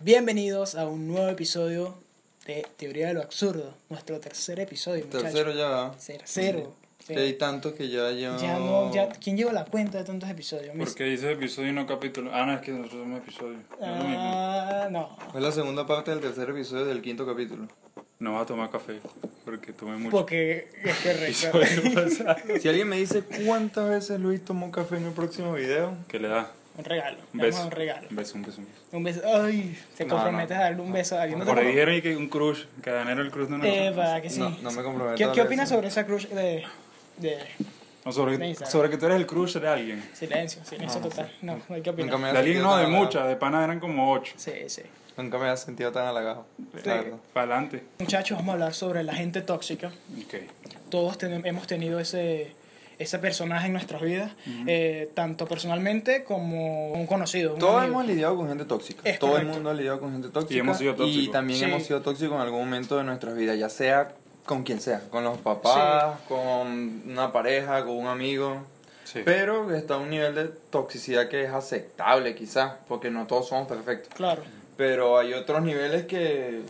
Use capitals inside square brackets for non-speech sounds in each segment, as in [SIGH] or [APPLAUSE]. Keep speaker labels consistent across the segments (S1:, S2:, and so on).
S1: Bienvenidos a un nuevo episodio de Teoría de lo Absurdo, nuestro tercer episodio, muchachos.
S2: Tercero ya.
S1: Tercero.
S2: Que Hay tanto que ya ya.
S1: Ya no, ya, ¿Quién lleva la cuenta de tantos episodios? Mis-
S3: ¿Por qué dices episodio y no capítulo? Ah, no, es que nosotros somos episodio. No es lo mismo.
S1: Ah, no.
S2: Es la segunda parte del tercer episodio del quinto capítulo.
S3: No vas a tomar café, porque tomé mucho [LAUGHS]
S1: Porque es correcto.
S3: episodio pasado.
S2: Si alguien me dice cuántas veces Luis tomó café en el próximo video,
S3: ¿Qué le da?
S1: Un regalo.
S3: Un
S1: le damos
S3: beso.
S1: Un regalo.
S3: Un beso, un beso, un beso.
S1: Un beso. Ay, se
S2: No,
S1: comprometes
S2: no.
S1: a darle un beso a alguien. ¿No te
S3: Por ahí
S1: acuerdas?
S3: dijeron y que un crush, que ganero el crush de una
S1: Eh,
S3: persona.
S1: va, que sí.
S2: no, no me comprometo.
S1: ¿Qué,
S2: a
S1: ¿Qué
S2: eso.
S1: opinas sobre esa crush de, de
S3: No,
S1: de
S3: sobre,
S1: Instagram.
S3: sobre que tú eres el crush de alguien.
S1: silencio? Silencio
S2: No, no
S1: total. No, no hay que
S2: Nunca
S1: opinar.
S2: me
S3: De
S2: había
S3: alguien
S2: sentido
S3: no,
S2: tan
S3: de
S2: halagado.
S3: muchas, de pana eran como ocho.
S1: Sí, sí.
S2: Nunca me había sentido tan halagado. la
S1: Sí.
S2: verdad.
S3: Para adelante.
S1: Muchachos, vamos a hablar sobre la gente tóxica.
S3: Ok.
S1: todos tenem- hemos tenido ese, ese personaje en nuestras vidas, eh, tanto personalmente como un conocido. Un
S2: Todos
S1: amigo.
S2: hemos lidiado con gente tóxica.
S1: Es
S2: Todo
S1: correcto.
S2: el mundo ha lidiado con gente tóxica.
S3: Y hemos sido tóxicos.
S2: Y también
S1: Sí.
S2: hemos sido tóxicos en algún momento de nuestras vidas, ya sea con quien sea, con los papás, con una pareja, con un amigo.
S3: Sí.
S2: Pero está a un nivel de toxicidad que es aceptable quizás, porque no todos somos perfectos.
S1: Claro,
S2: Pero hay otros niveles que...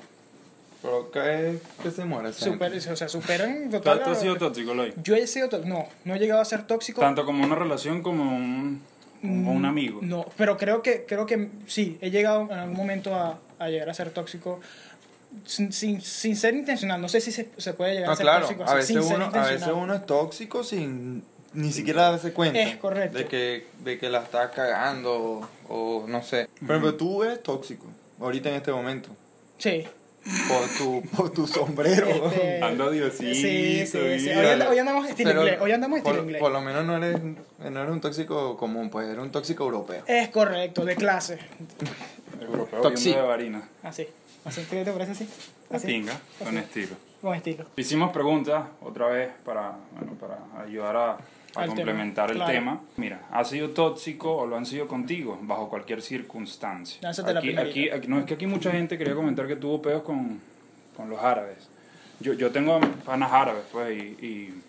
S2: Pero que, que se muere. esa
S1: super-
S2: gente.
S1: o sea,
S2: [LAUGHS]
S1: superan
S3: ¿Tú,
S1: total.
S3: tú has
S1: a-
S3: sido tóxico, Loy?
S1: Yo he sido tóxico, no, no he llegado a ser tóxico.
S3: Tanto como una relación como un, como un amigo.
S1: Mm, No, pero creo que, creo que sí, he llegado en algún momento a, a llegar a ser tóxico. Sin, sin, sin ser intencional, no sé si se, se puede llegar
S2: No,
S1: a ser
S2: claro,
S1: tóxico.
S2: a
S1: así,
S2: veces,
S1: sin ser
S2: uno, a veces
S1: intencional.
S2: uno es tóxico sin ni siquiera darse cuenta.
S1: Es correcto.
S2: De que, de que la estás cagando o, o no sé. Por ejemplo, tú eres tóxico ahorita en este momento.
S1: Sí,
S2: Por tu, [LAUGHS] por tu sombrero.
S1: Este,
S3: Ando diosito.
S1: sí, sí, sí.
S3: mira.
S1: Hoy, anda- hoy andamos estilo
S2: Pero
S1: inglés. Hoy andamos estilo
S2: por,
S1: inglés.
S2: por lo menos no eres, no eres un tóxico común, pues eres un tóxico europeo.
S1: Es correcento, de clase.
S3: Europeo
S2: Tóxico.
S3: viendo de varina.
S1: Así. Ah, así. ¿Qué te parece así?
S2: Ah,
S1: Así.
S3: Pinga, con estilo.
S1: Con estilo.
S3: Hicimos preguntas otra vez para, bueno, para ayudar a, a
S1: Al
S3: complementar
S1: tema,
S3: el
S1: claro.
S3: tema. Mira, ¿ha sido tóxico o lo han sido contigo bajo cualquier circunstancia?
S1: Lánzate la
S3: Aquí-
S1: primerita.
S3: aquí- aquí- no, es que aquí mucha gente quería comentar que tuvo peos con, con los árabes. Yo, yo tengo panas árabes, pues, y, y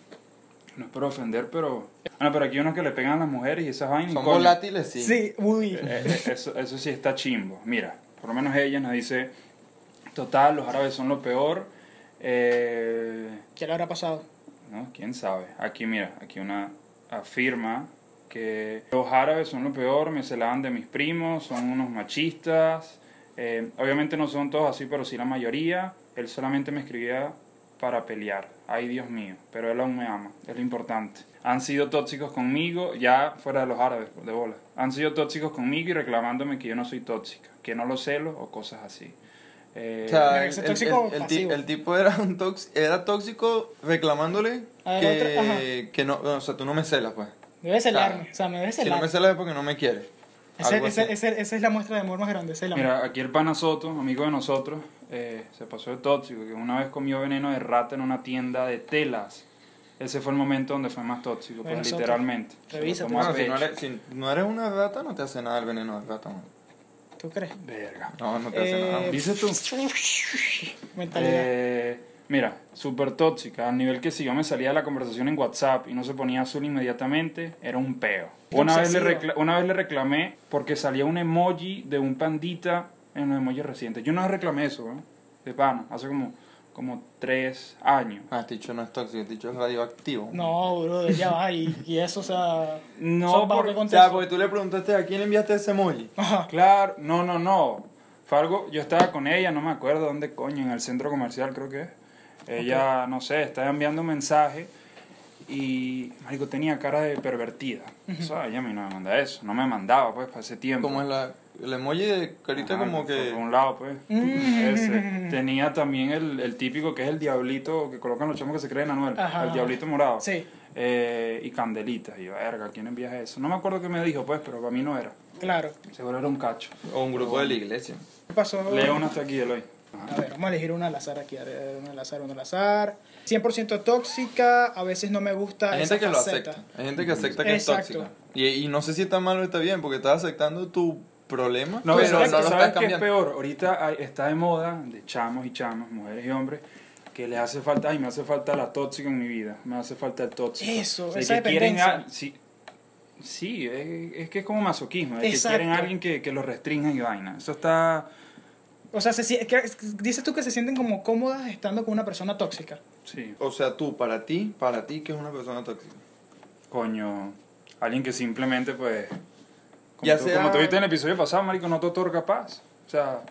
S3: no es por ofender, pero... Ah, no, pero aquí hay unos que le pegan a las mujeres y esas vainas. y
S2: Son
S3: coño.
S2: volátiles, sí.
S1: Sí, uy.
S3: Eh, eh, eso, eso sí está chimbo. Mira, por lo menos ella nos dice, total, los árabes son lo peor. Eh,
S1: ¿Qué le habrá pasado?
S3: ¿no? ¿Quién sabe? Aquí mira, aquí una afirma que los árabes son lo peor, me celaban de mis primos, son unos machistas. Eh, obviamente no son todos así, pero sí la mayoría. Él solamente me escribía para pelear. Ay, Dios mío, pero él aún me ama, es lo importante. Han sido tóxicos conmigo, ya fuera de los árabes, de bola. Han sido tóxicos conmigo y reclamándome que yo no soy tóxica, que no lo celo o cosas así. Eh,
S2: O sea,
S1: Mira,
S2: el,
S1: ese
S2: el-
S1: tóxico
S2: el- el ti-
S1: pasivo.
S2: el tipo era un tóxico, era tóxico reclamándole
S1: A ver, otra, ajá.
S2: que, que no, o sea, tú no me celas, pues.
S1: Debe celarme.
S2: Ah.
S1: O sea, me debe
S2: Si no
S1: celar.
S2: me celas es porque no me quieres.
S1: Ese-
S2: Algo
S1: ese-
S2: así.
S1: ese- esa es la muestra de amor más grande. Celarme.
S3: Mira, aquí el pana Soto, amigo de nosotros, eh, se pasó de tóxico, que una vez comió veneno de rata en una tienda de telas. Ese fue el momento donde fue más tóxico, pues,
S1: Bueno, Soto, pues.
S3: literalmente.
S1: revísate.
S3: Como
S2: Bueno, ah, si, no eres, si no eres una rata, no te hace nada el veneno de rata. man.
S1: ¿Tú crees?
S3: Verga.
S2: No, no te hace
S1: Eh,
S2: nada.
S3: Dices tú.
S1: Mentalidad.
S3: Eh, mira, súper tóxica, al nivel que si yo me salía de la conversación en WhatsApp y no se ponía azul inmediatamente, era un peo. Una vez, le
S1: Obsesivo.
S3: recla- una vez le reclamé porque salía un emoji de un pandita en los emojis recientes. Yo no reclamé eso, ¿eh? de pana, hace como, como tres años.
S2: Ah, este dicho no es tóxico, este dicho es radioactivo.
S1: No, bro, ya va. Y, y eso, o sea.
S3: No,
S1: son bajo
S3: por-
S1: qué
S2: O sea,
S1: contexto.
S2: porque tú le preguntaste a quién le enviaste ese emoji.
S1: Ajá.
S3: Claro, no, no, no. Fue algo, yo estaba con ella, no me acuerdo dónde coño, en el centro comercial creo que es. Ella, no sé, estaba enviando un mensaje y, marico, tenía cara de pervertida. O sea, ella a mí no me manda eso, no me mandaba, pues, para ese tiempo.
S2: Como es la, el emoji de carita
S3: Ajá,
S2: como
S3: por- Por
S2: que...
S3: un lado, pues. Ese. Tenía también el, el típico que es el diablito que colocan los chamos que se creen Anuel.
S1: Ajá.
S3: El diablito morado.
S1: Sí.
S3: Eh, y candelitas. Y yo, verga, ¿quién envía eso? No me acuerdo qué me dijo, pues, pero para mí no era.
S1: Claro.
S3: Seguro era un cacho.
S2: O un grupo de la iglesia.
S1: ¿Qué pasó?
S3: Leo una hasta aquí, Eloy.
S1: A ver, vamos a elegir una al azar aquí. a ver, Una al azar, una al azar. 100% tóxica. A veces no me gusta.
S2: Hay
S1: esa
S2: gente que lo
S1: faceta.
S2: acepta. Hay gente que acepta que es
S1: Exacto.
S2: tóxica. Y, y no sé si está mal o está bien, porque estás aceptando tu problema,
S3: No,
S2: pero no
S3: ¿sabes,
S2: lo
S3: sabes
S2: estás
S3: qué es
S2: cambiando.
S3: peor? Ahorita hay- está de moda de chamos y chamas, mujeres y hombres, que les hace falta, ay, me hace falta la tóxica en mi vida, me hace falta el tóxico.
S1: Eso,
S3: O sea,
S1: esa
S3: que quieren
S1: dependencia.
S3: a- sí, sí es, es que es como masoquismo, es que
S1: Exacto.
S3: quieren a alguien que, que los restrinja y vaina. Eso está
S1: O sea, se si- que- dices tú que se sienten como cómodas estando con una persona tóxica.
S3: Sí.
S2: O sea, tú, para ti, para ti que es una persona tóxica.
S3: Coño, alguien que simplemente, pues. Como,
S2: Ya
S3: tú,
S2: sea-
S3: como tú viste en el episodio pasado, Marico, no te otorga paz. O sea,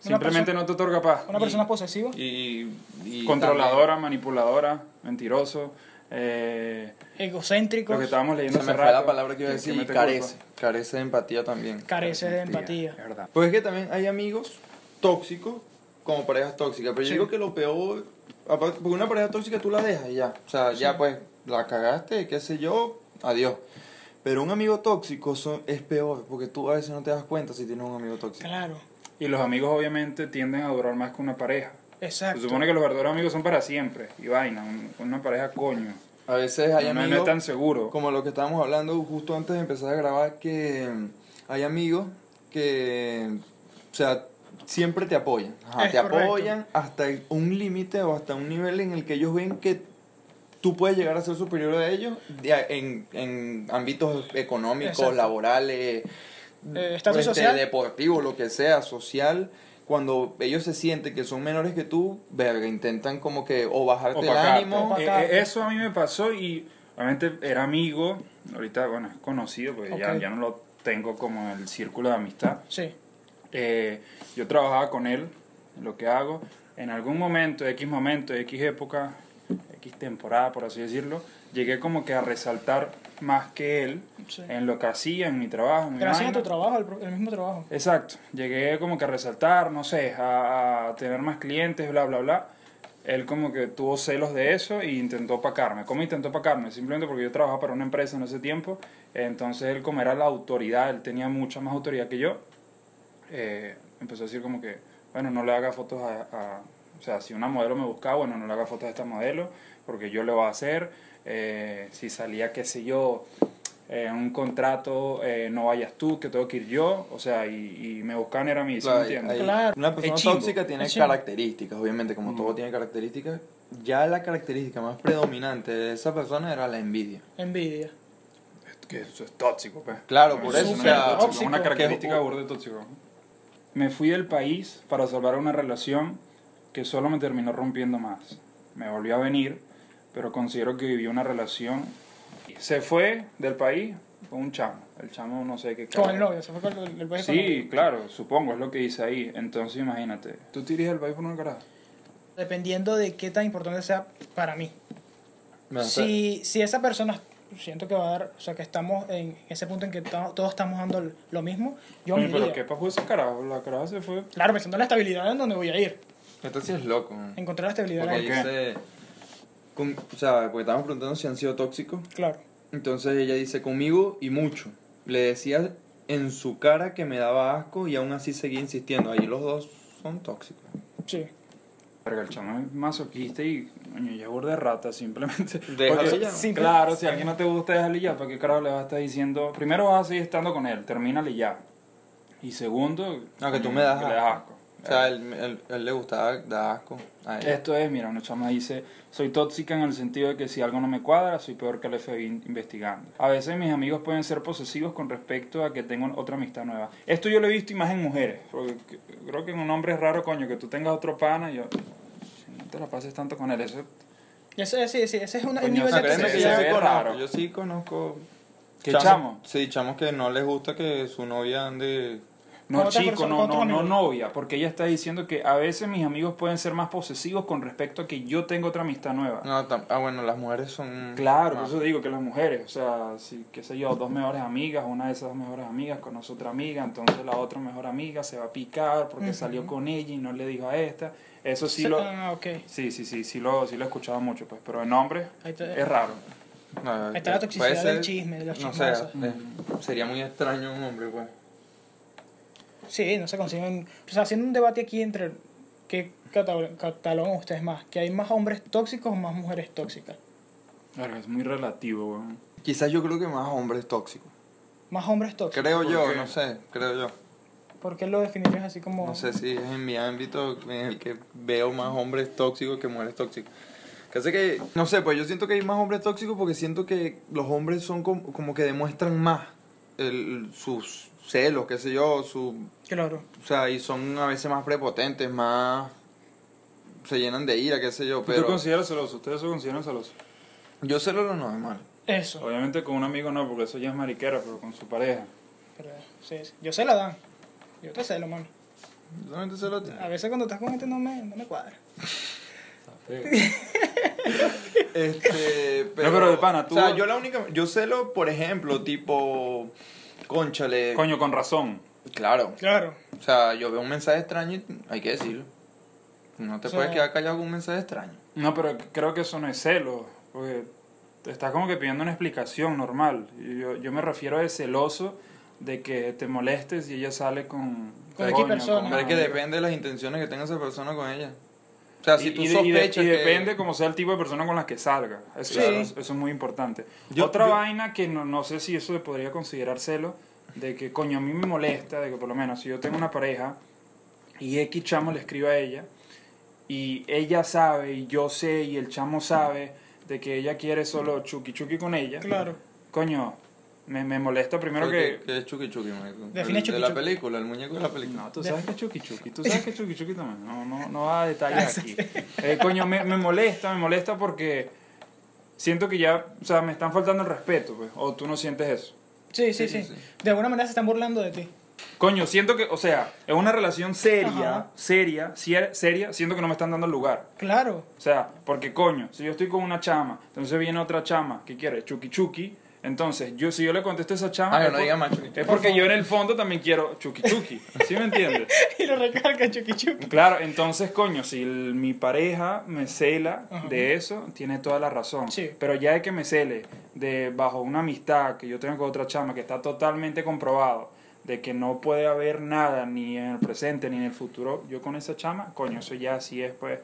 S3: simplemente
S1: persona-
S3: no te otorga paz.
S1: Una
S2: Y-
S1: persona posesiva.
S2: Y, y
S3: Controladora, manipuladora, mentiroso. Eh,
S1: egocéntricos,
S3: lo que estábamos
S2: también-
S3: leyendo
S2: se me
S3: hace
S2: fue
S3: rato,
S2: la palabra que iba a
S3: que- pues. que
S2: decir.
S3: mete
S2: carece.
S3: culpa.
S2: Carece de empatía también.
S1: carece de empatía.
S3: Es verdad.
S2: Pues es que también hay amigos tóxicos como parejas tóxicas. Pero
S1: Sí.
S2: yo digo que lo peor. aparte- Porque una pareja tóxica tú la dejas y ya. O sea, ya pues la cagaste, qué sé yo, adiós. Pero un amigo tóxico so- es peor porque tú a veces no te das cuenta si tienes un amigo tóxico.
S1: Claro,
S3: Y los amigos, obviamente, tienden a durar más que una pareja.
S1: exacto.
S3: Se supone que los verdaderos amigos son para siempre. Y vaina, un- una pareja coño.
S2: A veces hay
S3: No, no es
S2: amigos.
S3: tan seguro.
S2: Como lo que estábamos hablando justo antes de empezar a grabar, que mm, hay amigos que, o sea, siempre te apoyan. Ajá,
S1: Es
S2: te
S1: correcto.
S2: apoyan hasta un límite o hasta un nivel en el que ellos ven que tú puedes llegar a ser superior a ellos de a- en, en ámbitos económicos,
S1: Exacto.
S2: laborales, este,
S1: Eh, estatus social.
S2: deportivo, lo que sea, social. Cuando ellos se sienten que son menores que tú, verga, intentan como que o bajarte el
S3: Opacarte.
S2: ánimo.
S1: Opacar.
S3: Eh, eh, eso a mí me pasó y obviamente era amigo, ahorita bueno, es conocido, porque ya,
S1: Ok.
S3: ya no lo tengo como en el círculo de amistad.
S1: Sí,
S3: Eh, yo trabajaba con él, en lo que hago, en algún momento, X momento, X época, X temporada, por así decirlo, llegué como que a resaltar más que él
S1: sí.
S3: en lo que hacía, en mi trabajo. en mi
S1: Gracias a
S3: vaina.
S1: tu trabajo, el, pro- el mismo trabajo.
S3: Exacto, llegué como que a resaltar, no sé, a, a tener más clientes, bla, bla, bla. Él como que tuvo celos de eso e intentó opacarme. ¿Cómo intentó opacarme? Simplemente porque yo trabajaba para una empresa en ese tiempo, entonces él como era la autoridad, él tenía mucha más autoridad que yo, eh, empezó a decir como que, bueno, no le haga fotos a, a- O sea, si una modelo me buscaba, bueno, no le haga fotos a esta modelo, porque yo le voy a hacer. Eh, si salía, qué sé yo, eh, un contrato, eh, no vayas tú, que tengo que ir yo. O sea, y, y me buscaban era a mí, ¿sí me
S2: Claro,
S3: entiendes?
S2: hay-
S1: Claro.
S2: Una persona
S3: Es chimbo,
S2: tóxica tiene
S1: es chimbo. Mm.
S2: características, obviamente, como todo tiene características. Ya la característica más predominante de esa persona era la envidia.
S1: Envidia.
S3: Que eso es tóxico, pues.
S2: Claro, por
S1: eso,
S3: Es
S1: o
S3: una,
S1: sea,
S3: tóxico,
S1: tóxico.
S3: una característica
S2: Que-
S3: burda de tóxico. Me fui del país para salvar una relación que solo me terminó rompiendo más. Me volvió a venir, pero considero que viví una relación. Se fue del país con un chamo. El chamo no sé qué.
S1: Con el
S3: carajo.
S1: novio, se fue con el, el país con el novio.
S3: Sí, claro, supongo, es lo que dice ahí. Entonces imagínate, tú tiras el país por una cara.
S1: Dependiendo de qué tan importante sea para mí.
S2: Bueno, o sea,
S1: si, si esa persona siento que va a dar, o sea, que estamos en ese punto en que to- todos estamos dando lo mismo, yo me
S3: Oye, pero
S1: iría.
S3: qué pasó ese carajo, la caraja se fue.
S1: Claro, pensando en la estabilidad en donde voy a ir.
S2: Esto sí es loco. ¿no?
S1: Encontrar la estabilidad
S2: Porque
S1: ahí.
S3: qué?
S2: dice... con- o sea, porque estábamos preguntando si han sido tóxicos.
S1: Claro.
S2: Entonces ella dice, conmigo y mucho. Le decía en su cara que me daba asco y aún así seguía insistiendo. Ahí los dos son tóxicos.
S1: Sí.
S3: Pero el chamo es masoquista y coño, ya borde de
S2: [LAUGHS]
S3: rata, simplemente.
S2: Déjalo
S3: Porque-
S2: ya.
S1: Simple-
S3: Claro, si alguien no te gusta, déjale ya. ¿Para qué carajo le vas a estar diciendo? Primero vas a seguir estando con él, termínale ya. Y segundo,
S2: No, que tú
S3: coño,
S2: me das
S3: que le das asco.
S2: O sea, él, él- él le gustaba dar asco. A ella.
S3: Esto es, mira, una chama dice, soy tóxica en el sentido de que si algo no me cuadra, soy peor que el FBI in- investigando. A veces mis amigos pueden ser posesivos con respecto a que tengo otra amistad nueva. Esto yo lo he visto y más en mujeres, porque c- creo que en un hombre es raro, coño, que tú tengas otro pana y yo, si no te la pases tanto con él, eso...
S1: Ese, sí, sí, ese es una- un
S3: Coño,
S1: nivel
S3: o sea,
S1: de
S2: Créeme que
S3: Sí,
S2: yo
S3: se
S2: sí
S3: ve
S1: toxicidad.
S2: conozco,
S3: raro.
S2: yo sí conozco
S3: ¿Qué
S2: chamos-
S3: chamo?
S2: Sí, chamos que no les gusta que su novia ande...
S3: No,
S1: Con otra
S3: chico,
S1: persona,
S3: no,
S1: con otros
S3: no, no,
S1: amigos.
S3: novia, porque ella está diciendo que a veces mis amigos pueden ser más posesivos con respecto a que yo tengo otra amistad nueva.
S2: No, tam- ah, bueno, las mujeres son... Ah,
S3: Claro,
S2: no.
S3: por eso digo que las mujeres, o sea, si, qué sé yo, dos mejores amigas, una de esas dos mejores amigas conoce otra amiga, entonces la otra mejor amiga se va a picar porque
S1: Ujú.
S3: salió con ella y no le dijo a esta. Eso sí
S1: Sí,
S3: lo...
S1: ah, ok.
S3: Sí, sí, sí, sí lo, sí lo he escuchado mucho, pues, pero en hombres
S1: Ahí te-
S3: es raro.
S2: No,
S1: Ahí está la
S2: ah, puede
S1: toxicidad
S2: ser-
S1: del chisme, de las
S2: No sé,
S1: chismosas.
S2: eh, sería muy extraño un hombre, pues.
S1: Sí, no se consiguen. O sea, haciendo un debate aquí entre qué cata- catalogan ustedes más, que hay más hombres tóxicos o más mujeres tóxicas.
S3: Claro, es muy relativo, weón.
S2: Quizás yo creo que más hombres tóxicos.
S1: Más hombres tóxicos.
S2: Creo
S3: ¿Por
S2: yo,
S3: qué?
S2: no sé, creo yo.
S1: ¿Por qué lo definirías así como.?
S2: No sé si es en mi ámbito en el que veo más hombres tóxicos que mujeres tóxicas. Que hace que, no sé, pues yo siento que hay más hombres tóxicos porque siento que los hombres son com- como, que demuestran más. el- sus celos, qué sé yo, su
S1: Claro.
S2: o sea, y son a veces más prepotentes, más se llenan de ira, qué sé yo,
S3: ¿Tú
S2: pero
S3: consideras celoso? ¿Ustedes se consideran celosos?
S2: yo celoso no es mal.
S1: Eso.
S3: Obviamente con un amigo no, porque eso ya es mariquera, pero con su pareja.
S1: Pero, sí, sí. Yo se la dan. Yo te celo, mano.
S2: Yo solamente celo
S1: A veces cuando estás con gente no me, no me cuadra.
S2: [LAUGHS] Este, pero,
S3: [LAUGHS] No, pero de pana, tú-
S2: O sea, yo la única yo celo, por ejemplo, tipo conchale.
S3: Coño, con razón.
S2: Claro.
S1: Claro.
S2: O sea, yo veo un mensaje extraño y hay que decirlo. No te
S1: O sea-
S2: puedes quedar callado con un mensaje extraño.
S3: No, pero creo que eso no es celo, porque te estás como que pidiendo una explicación normal. Y Yo, yo me refiero de celoso de que te molestes y ella sale con...
S1: Con X
S3: coño,
S1: persona.
S3: con
S2: Pero es que
S3: una-
S2: depende de las intenciones que tenga esa persona con ella. O sea, si
S3: Y-
S2: tú
S3: y, de- y de-
S2: sospechas
S3: y
S2: que-
S3: depende como sea el tipo de persona con las que salga. Eso,
S1: Sí.
S3: eso es- eso es muy importante.
S2: Yo-
S3: Otra
S2: yo-
S3: vaina que no, no sé si eso se podría considerar celo, de que coño, a mí me molesta, de que por lo menos si yo tengo una pareja y X chamo le escribe a ella y ella sabe y yo sé y el chamo sabe de que ella quiere solo chuki chuki con ella.
S1: Claro.
S3: Coño, me, me molesta primero
S2: Creo
S3: que...
S2: que, que es Chucky Chucky, marico.
S1: Define
S2: El
S1: Chucky
S2: de la
S1: Chucky.
S2: película, el muñeco de la película.
S3: No, tú sabes que chuki chuki, tú sabes que chuki chuki también, no, no, no va a detalles aquí. Eh, coño, me, me molesta, me molesta porque siento que ya, o sea, me están faltando el respeto, pues, o tú no sientes eso.
S1: Sí sí,
S2: Sí,
S1: sí,
S2: sí, sí.
S1: De alguna manera se están burlando de ti.
S3: Coño, siento que, o sea, es una relación seria,
S1: Ajá.
S3: seria, sier- seria, siento que no me están dando el lugar.
S1: Claro. [LAUGHS]
S3: O sea, porque coño, si yo estoy con una chama, entonces viene otra chama que quiere chuki chuki, entonces yo si yo le contesto a esa chama
S2: Ah,
S3: es
S2: no
S3: por-
S2: diga más Chucky Chucky.
S3: es porque yo en el fondo también quiero chuki chuki, ¿sí me entiendes?
S1: y lo recarga Chucky Chucky.
S3: Claro, entonces, coño, si el- mi pareja me cela
S1: Ajá.
S3: de eso, tiene toda la razón.
S1: Sí.
S3: Pero ya de que me cele de bajo una amistad que yo tengo con otra chama que está totalmente comprobado de que no puede haber nada ni en el presente ni en el futuro yo con esa chama, coño, eso ya sí es pues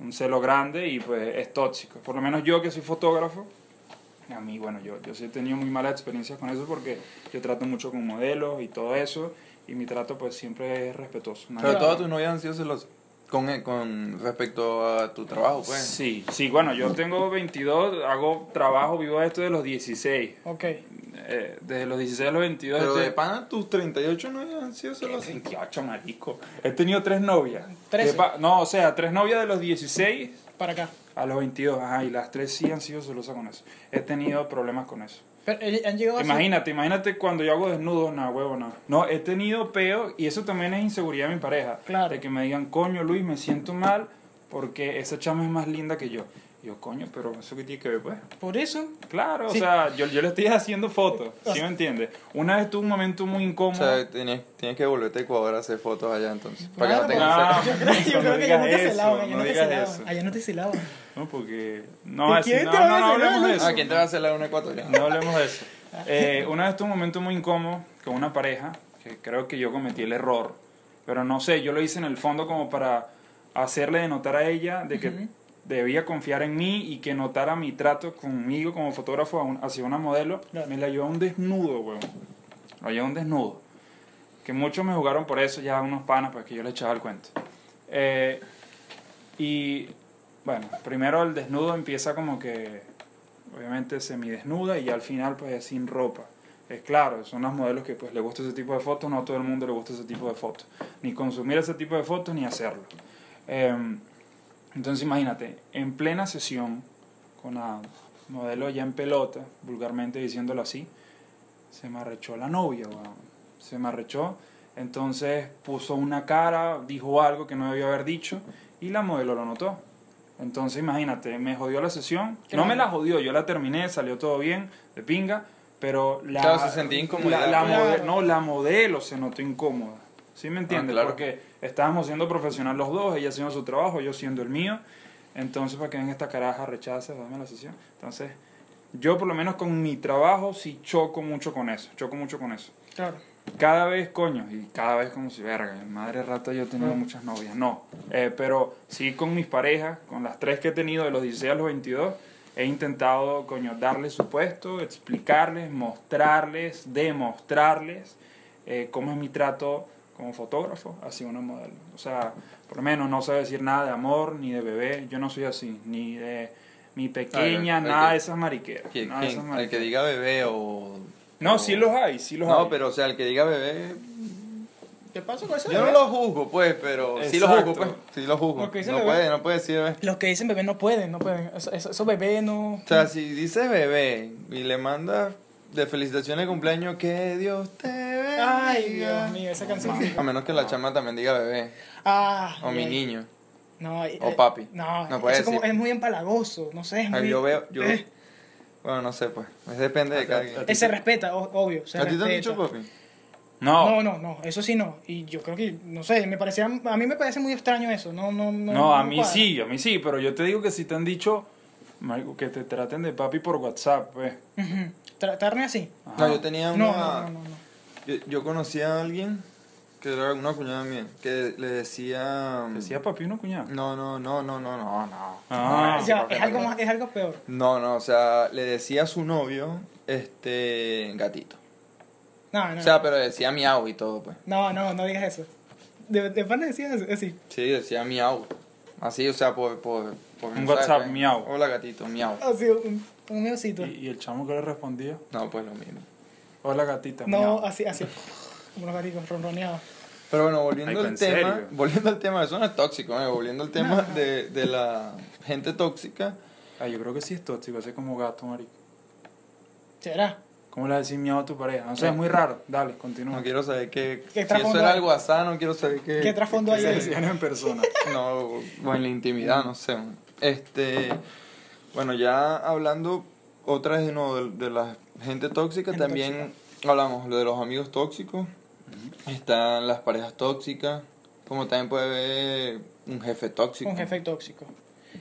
S3: un celo grande y pues es tóxico. Por lo menos yo que soy fotógrafo, a mí, bueno, yo, yo sí he tenido muy malas experiencias con eso porque yo trato mucho con modelos y todo eso y mi trato pues siempre es respetuoso. Nadie-
S2: Pero todas tus novias han sido celosas. Con, con respecto a tu trabajo, pues.
S3: Sí, sí, bueno, yo tengo 22, hago trabajo, vivo esto de los 16.
S1: Ok.
S3: Eh, desde los 16 a los 22.
S2: Pero
S3: este-
S2: de pana, tus 38 novias han sido celosas.
S3: 28, marico. He tenido tres novias.
S1: Trece.
S3: De pa- No, o sea, tres novias de los 16
S1: Para acá.
S3: a los 22. Ajá, y las tres sí han sido celosas con eso. He tenido problemas con eso.
S1: Pero eh, han llegado a ser-
S3: Imagínate, imagínate cuando yo hago desnudo, nada, huevo, nada. No, he tenido peo y eso también es inseguridad de mi pareja.
S1: Claro.
S3: De que me digan, coño, Luis, me siento mal porque esa chama es más linda que yo. Y yo, coño, pero eso que tiene que ver, pues.
S1: Por eso.
S3: Claro,
S1: Sí.
S3: o sea, yo, yo le estoy haciendo fotos, ¿sí me entiendes? Una vez tuve un momento muy
S2: O
S3: incómodo.
S2: sea, tienes, tienes que volverte a Ecuador a hacer fotos allá entonces. Para que
S1: Claro.
S2: no tengas
S3: Ah.
S2: celos.
S1: pues. Yo creo, yo
S3: no
S1: creo que ya no
S3: digas
S1: te
S3: eso,
S1: celaban. Allá
S3: no
S1: no te
S3: digas
S1: celaban.
S3: eso.
S1: Allá no te celaban.
S3: no, porque... No,
S1: ¿Y
S3: así,
S1: quién
S3: no,
S1: te va a
S3: no, no
S1: decir
S3: hablemos
S1: nada?
S3: de eso.
S2: [LAUGHS] Ah, ¿quién te va a celar un ecuatoriano?
S3: No hablemos de eso. Eh, una vez tuve un momento muy incómodo con una pareja, que creo que yo cometí el error, pero no sé, yo lo hice en el fondo como para hacerle denotar a ella de que debía confiar en mí y que notara mi trato conmigo como fotógrafo a un- hacia una modelo.
S1: Claro.
S3: Me la llevó a un desnudo, weón. La llevó a un desnudo. Que muchos me jugaron por eso, ya unos panas, pues que yo le echaba el cuento. Eh, y bueno, primero el desnudo empieza como que, obviamente semidesnuda y ya al final pues es sin ropa. Es claro, son los modelos que pues le gusta ese tipo de fotos, no a todo el mundo le gusta ese tipo de fotos. Ni consumir ese tipo de fotos ni hacerlo. Em, entonces imagínate, en plena sesión, con la modelo ya en pelota, vulgarmente diciéndolo así, se me arrechó la novia, weón. se me arrechó. Entonces puso una cara, dijo algo que no debió haber dicho y la modelo lo notó. Entonces imagínate, me jodió la sesión. No me la jodió, yo la terminé, salió todo bien, de pinga, pero la...
S2: Claro, se sentía incomodidad,
S3: la- la
S2: pues.
S3: mode- no, la modelo se notó incómoda. ¿Sí me entiendes?
S2: claro.
S3: Porque estábamos siendo profesionales los dos, ella haciendo su trabajo, yo siendo el mío. Entonces, para que en esta caraja rechaza, dame la sesión. Entonces, yo por lo menos con mi trabajo sí choco mucho con eso, choco mucho con eso.
S1: Claro.
S3: Cada vez, coño, y cada vez como si, verga, madre rata, yo he tenido muchas novias. No, eh, pero sí con mis parejas, con las tres que he tenido de los 16 a los 22, he intentado, coño, darles su puesto, explicarles, mostrarles, demostrarles eh, cómo es mi trato como fotógrafo hacia una modelo. O sea, por lo menos no sé decir nada de amor, ni de bebé, yo no soy así, ni de mi pequeña,
S2: el
S3: nada
S2: Ah, que-
S3: de esas mariqueras.
S2: ¿Quién-
S3: nada de
S2: quién?
S3: esas
S2: el que
S3: mariqueras.
S2: diga bebé o
S3: No, sí los hay, sí los hay.
S2: No, pero o sea, el que diga bebé.
S1: ¿Qué pasa con ese
S2: Yo no
S1: bebé?
S2: lo juzgo, pues, pero. Sí lo juzgo, pues.
S3: Exacto.
S2: Sí lo juzgo.
S1: Lo que dice
S2: no
S1: bebé.
S2: puede, no puede decir bebé.
S1: Los que dicen bebé no pueden, no pueden. Eso- eso- Esos bebés no.
S2: O sea, si dices bebé y le mandas de felicitaciones de cumpleaños, que Dios te bendiga.
S1: Ay, Dios mío, esa canción.
S2: A menos que la chama también diga bebé.
S1: Ah.
S2: Ah, O mi
S1: bien.
S2: niño.
S1: No, eh,
S2: O papi.
S1: No,
S2: No puede
S1: eso como-
S2: decir.
S1: es muy empalagoso, no sé. es
S2: Ah,
S1: muy-
S2: yo veo. Yo,
S1: Eh,
S2: bueno, no sé, pues. Es depende de cada quien.
S1: eh, se respeta, o- obvio. Se
S2: ¿A ti te han
S1: respeta.
S2: dicho papi?
S3: No,
S1: No, no, no, eso sí no. Y yo creo que, no sé, me parecía, a mí me parece muy extraño eso. No, no, no.
S3: No, a
S1: me
S3: mí
S1: cuadra.
S3: sí, a mí sí, pero yo te digo que si te han dicho marico, que te traten de papi por WhatsApp, pues.
S1: Ujú. Tratarme así.
S3: Ajá.
S2: No, yo tenía
S1: No, no,
S2: una.
S1: no, no, no.
S2: Yo, yo conocí a alguien que era una cuñada mía que le decía. um,
S3: Decía papi uno cuñado.
S2: No, no, no, no, no, no, no.
S3: Ah.
S2: No,
S1: Ya,
S2: no,
S1: es
S2: no,
S1: algo
S2: no.
S1: más, es algo peor.
S2: No, no, o sea, le decía a su novio, este, gatito.
S1: No, no.
S2: O sea, pero decía miau y todo, pues.
S1: no, no, no digas eso. De, de pana decías eso, así.
S2: Sí, decía miau. Así, o sea, por... por, por
S3: Un
S2: mensaje,
S3: WhatsApp,
S2: pues.
S3: miau.
S2: Hola, gatito, miau.
S1: Así, un, un
S3: Y,
S1: meocito.
S3: y el chamo que le respondía,
S2: No, pues lo mismo.
S3: hola gatita.
S1: No,
S3: miau".
S1: así, así. Como unos gaticos ronroneados.
S2: Pero bueno, volviendo
S3: Ay,
S2: al
S3: ¿en serio?
S2: tema, volviendo al tema, eso no es tóxico, ¿eh? volviendo al tema de, de la gente tóxica,
S3: Ah, yo creo que sí es tóxico, así como gato, marico.
S1: ¿Será?
S3: ¿Cómo le decís miau a tu pareja? No sé, es muy raro. Dale, continúa.
S2: no quiero saber que...
S1: ¿Qué
S2: Si
S1: trasfondo
S2: eso era
S1: hay?
S2: algo asá, no quiero saber que...
S1: ¿Qué trasfondo hay
S3: Se
S1: ahí?
S3: decían en persona.
S2: [LAUGHS] No, o en la intimidad, no sé. Este, bueno, ya hablando otra vez de, nuevo de, de la gente tóxica,
S1: Gente
S2: también hablamos de los amigos tóxicos, están las parejas tóxicas, como también puede haber un jefe tóxico.
S1: Un jefe tóxico.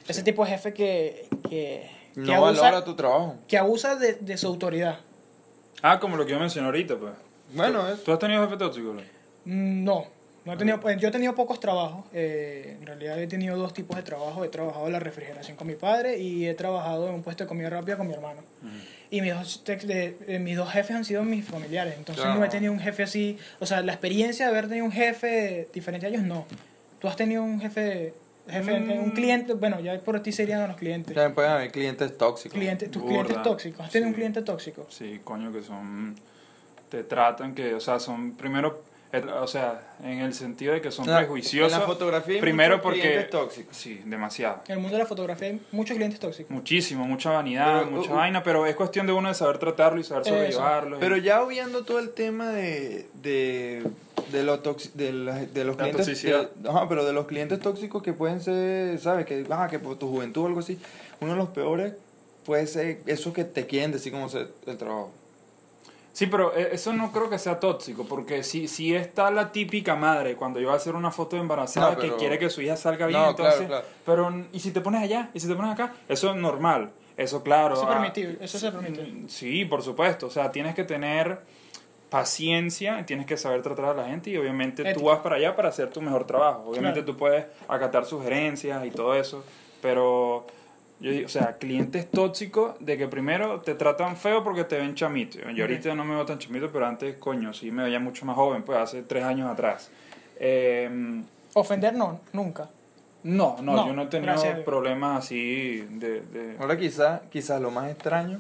S1: Ese tipo de jefe que, que, que
S2: No valora
S1: abusa,
S2: tu trabajo.
S1: que abusa de, de su autoridad.
S3: Ah, como lo que yo mencioné ahorita, pues.
S2: Bueno, es...
S3: ¿Tú has tenido jefe tóxico? Luis?
S1: Mm, No, no he tenido, pues, yo he tenido pocos trabajos. eh, en realidad he tenido dos tipos de trabajo. He trabajado en la refrigeración con mi padre y he trabajado en un puesto de comida rápida con mi hermano. Y mis dos, tex- de- eh, mis dos jefes han sido mis familiares. Entonces
S2: Claro.
S1: no he tenido un jefe así. O sea, la experiencia de haber tenido un jefe diferente a ellos, no. Tú has tenido un jefe, jefe un cliente. Bueno, ya por ti serían los clientes.
S2: También pueden haber clientes tóxicos.
S1: Cliente- tus
S3: Gorda,
S1: clientes tóxicos. ¿Has tenido un
S3: sí.
S1: cliente tóxico?
S3: Sí, coño, que son... Te tratan que, o sea, son primero... el- O sea, en el sentido de que son
S2: En la-
S3: prejuiciosos.
S2: en la fotografía hay
S3: primero
S2: muchos
S3: porque...
S2: clientes tóxicos.
S3: Sí, demasiado.
S1: En el mundo de la fotografía hay muchos clientes tóxicos.
S3: Muchísimo, mucha vanidad,
S2: Pero,
S3: mucha
S2: uh, uh.
S3: vaina, pero es cuestión de uno de saber tratarlo y saber
S1: Eso.
S3: sobrellevarlo. y-
S2: Pero ya obviando todo el tema de, de, de, lo toxi- de, la- de los
S3: La
S2: clientes.
S3: toxicidad.
S2: de- ajá, pero de los clientes tóxicos que pueden ser, ¿sabes? Que, ah, que por tu juventud o algo así. Uno de los peores puede ser esos que te quieren decir cómo hacer el trabajo.
S3: Sí, pero eh, eso no creo que sea tóxico, porque si, si está la típica madre cuando yo voy a hacer una foto de embarazada
S2: No, pero-
S3: que quiere que su hija salga bien,
S2: No,
S3: entonces...
S2: claro,
S3: Pero, n- ¿y si te pones allá? ¿Y si te pones acá? Eso es normal, eso claro.
S1: Eso es
S3: ah,
S1: permitible, eso se permite.
S3: mm, Sí, por supuesto, o sea, tienes que tener paciencia, tienes que saber tratar a la gente y obviamente tú
S1: Ética.
S3: vas para allá para hacer tu mejor trabajo. Obviamente
S1: Claro.
S3: tú puedes acatar sugerencias y todo eso, pero... Yo digo, o sea, clientes tóxicos de que primero te tratan feo porque te ven chamito. Yo ahorita no me veo tan chamito, pero antes, coño, sí me veía mucho más joven, pues hace tres años atrás. Eh,
S1: Ofender no, nunca.
S3: no, no,
S1: No,
S3: yo no he tenido
S1: gracias a Dios.
S3: problemas así de... de-
S2: Ahora quizás quizás lo más extraño,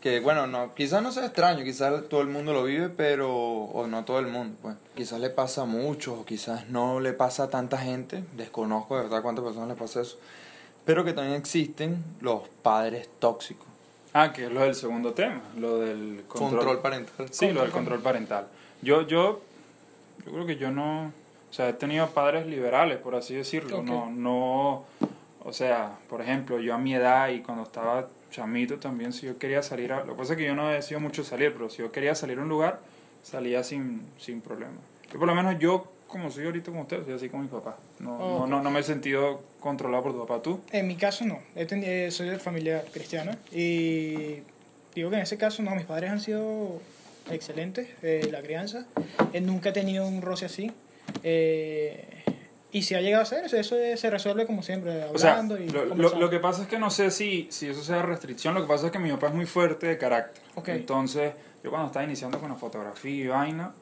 S2: que bueno, no quizás no sea extraño, quizás todo el mundo lo vive, pero o no todo el mundo, pues. Quizás le pasa a muchos, o quizás no le pasa a tanta gente, desconozco de verdad cuántas personas le pasa eso. Pero que también existen los padres tóxicos.
S3: Ah, que es lo del segundo tema, lo del
S2: Control,
S3: control.
S2: parental.
S3: sí, lo del control parental. Yo, yo, yo creo que yo no... O sea, he tenido padres liberales, por así decirlo.
S1: Ok.
S3: No, no... O sea, por ejemplo, yo a mi edad y cuando estaba chamito también, si yo quería salir a... Lo que pasa es que yo no he sido mucho salir, pero si yo quería salir a un lugar, salía sin, sin problema. Yo por lo menos yo, como soy ahorita con ustedes, soy así con mi papá. No, no,
S1: Ok.
S3: no, no me he sentido controlado por tu papá. ¿Tú?
S1: En mi caso no, He teni- eh, soy de familia cristiana y digo que en ese caso no, mis padres han sido excelentes, eh, la crianza, Eh, nunca he tenido un roce así eh, y si ha llegado a ser, eso, eso es- se resuelve como siempre,
S3: O sea,
S1: hablando y
S3: lo, lo-
S1: conversando.
S3: lo que pasa es que no sé si, si eso sea restricción, lo que pasa es que mi papá es muy fuerte de carácter.
S1: Ok.
S3: Entonces, yo cuando estaba iniciando con la fotografía y vaina,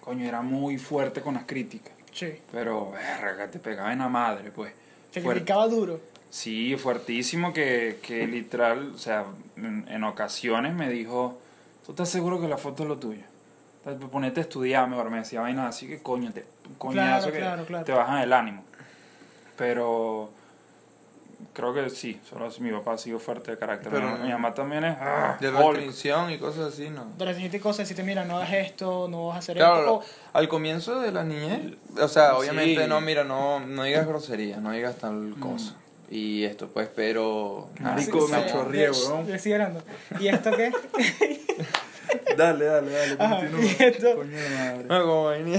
S3: coño, era muy fuerte con las críticas.
S1: Sí,
S3: Pero, verga, te pegaba en la madre, pues.
S1: se
S3: Fuerte.
S1: criticaba duro.
S3: Sí, fuertísimo que, que literal, o sea, en, en ocasiones me dijo, ¿Tú estás seguro que la foto es lo tuyo? Entonces, pues, Ponete a estudiar mejor, me decía vainas así que coño, te, coñazo
S1: Claro,
S3: que
S1: claro, claro.
S3: te bajan el ánimo. Pero creo que sí, solo es- mi papá ha sido fuerte de carácter.
S2: Pero
S3: mi,
S2: no.
S3: mi mamá también es. ah,
S2: De
S3: Hulk.
S2: restricción y cosas así, ¿no?
S1: De decirte cosas, decirte, mira, no hagas esto, no vas a hacer
S2: Claro,
S1: esto.
S2: lo- al comienzo de la niñez, o sea, obviamente
S3: Sí.
S2: no, mira, no, no digas grosería, no digas tal cosa. Y esto pues, pero...
S3: Marico,
S2: nada,
S3: me
S2: no.
S3: chorré. chorrié,
S1: de-
S3: weón.
S1: de- sigue hablando. ¿Y esto qué? [LAUGHS]
S3: Dale, dale, dale,
S1: Ajá,
S3: continúa.
S1: y esto- Ah,
S3: Coño de madre.
S2: No, como venía,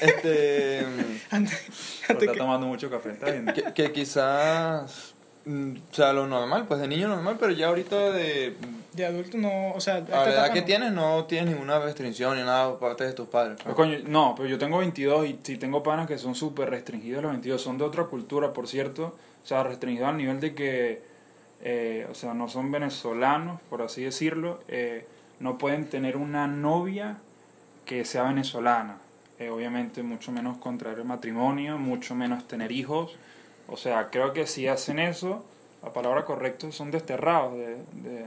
S2: este...
S1: Antes,
S3: Pero
S1: antes
S3: está
S1: que-
S3: tomando mucho café, está bien.
S2: que, que quizás... mm, O sea, lo normal, pues de niño normal, pero ya ahorita de...
S1: de adulto no, o sea, a esta
S2: A la edad
S1: etapa
S2: que
S1: no.
S2: tienes no tienes ninguna restricción ni nada por parte de tus padres. pues.
S3: Pero Ah, coño, no, pero yo tengo 22 y sí tengo panas que son súper restringidos los 22. Son de otra cultura, por cierto. O sea, restringidos al nivel de que, eh, o sea, no son venezolanos, por así decirlo. eh, no pueden tener una novia que sea venezolana. Eh, obviamente, mucho menos contraer el matrimonio, mucho menos tener hijos. O sea, creo que si hacen eso, la palabra correcta son desterrados. De, de-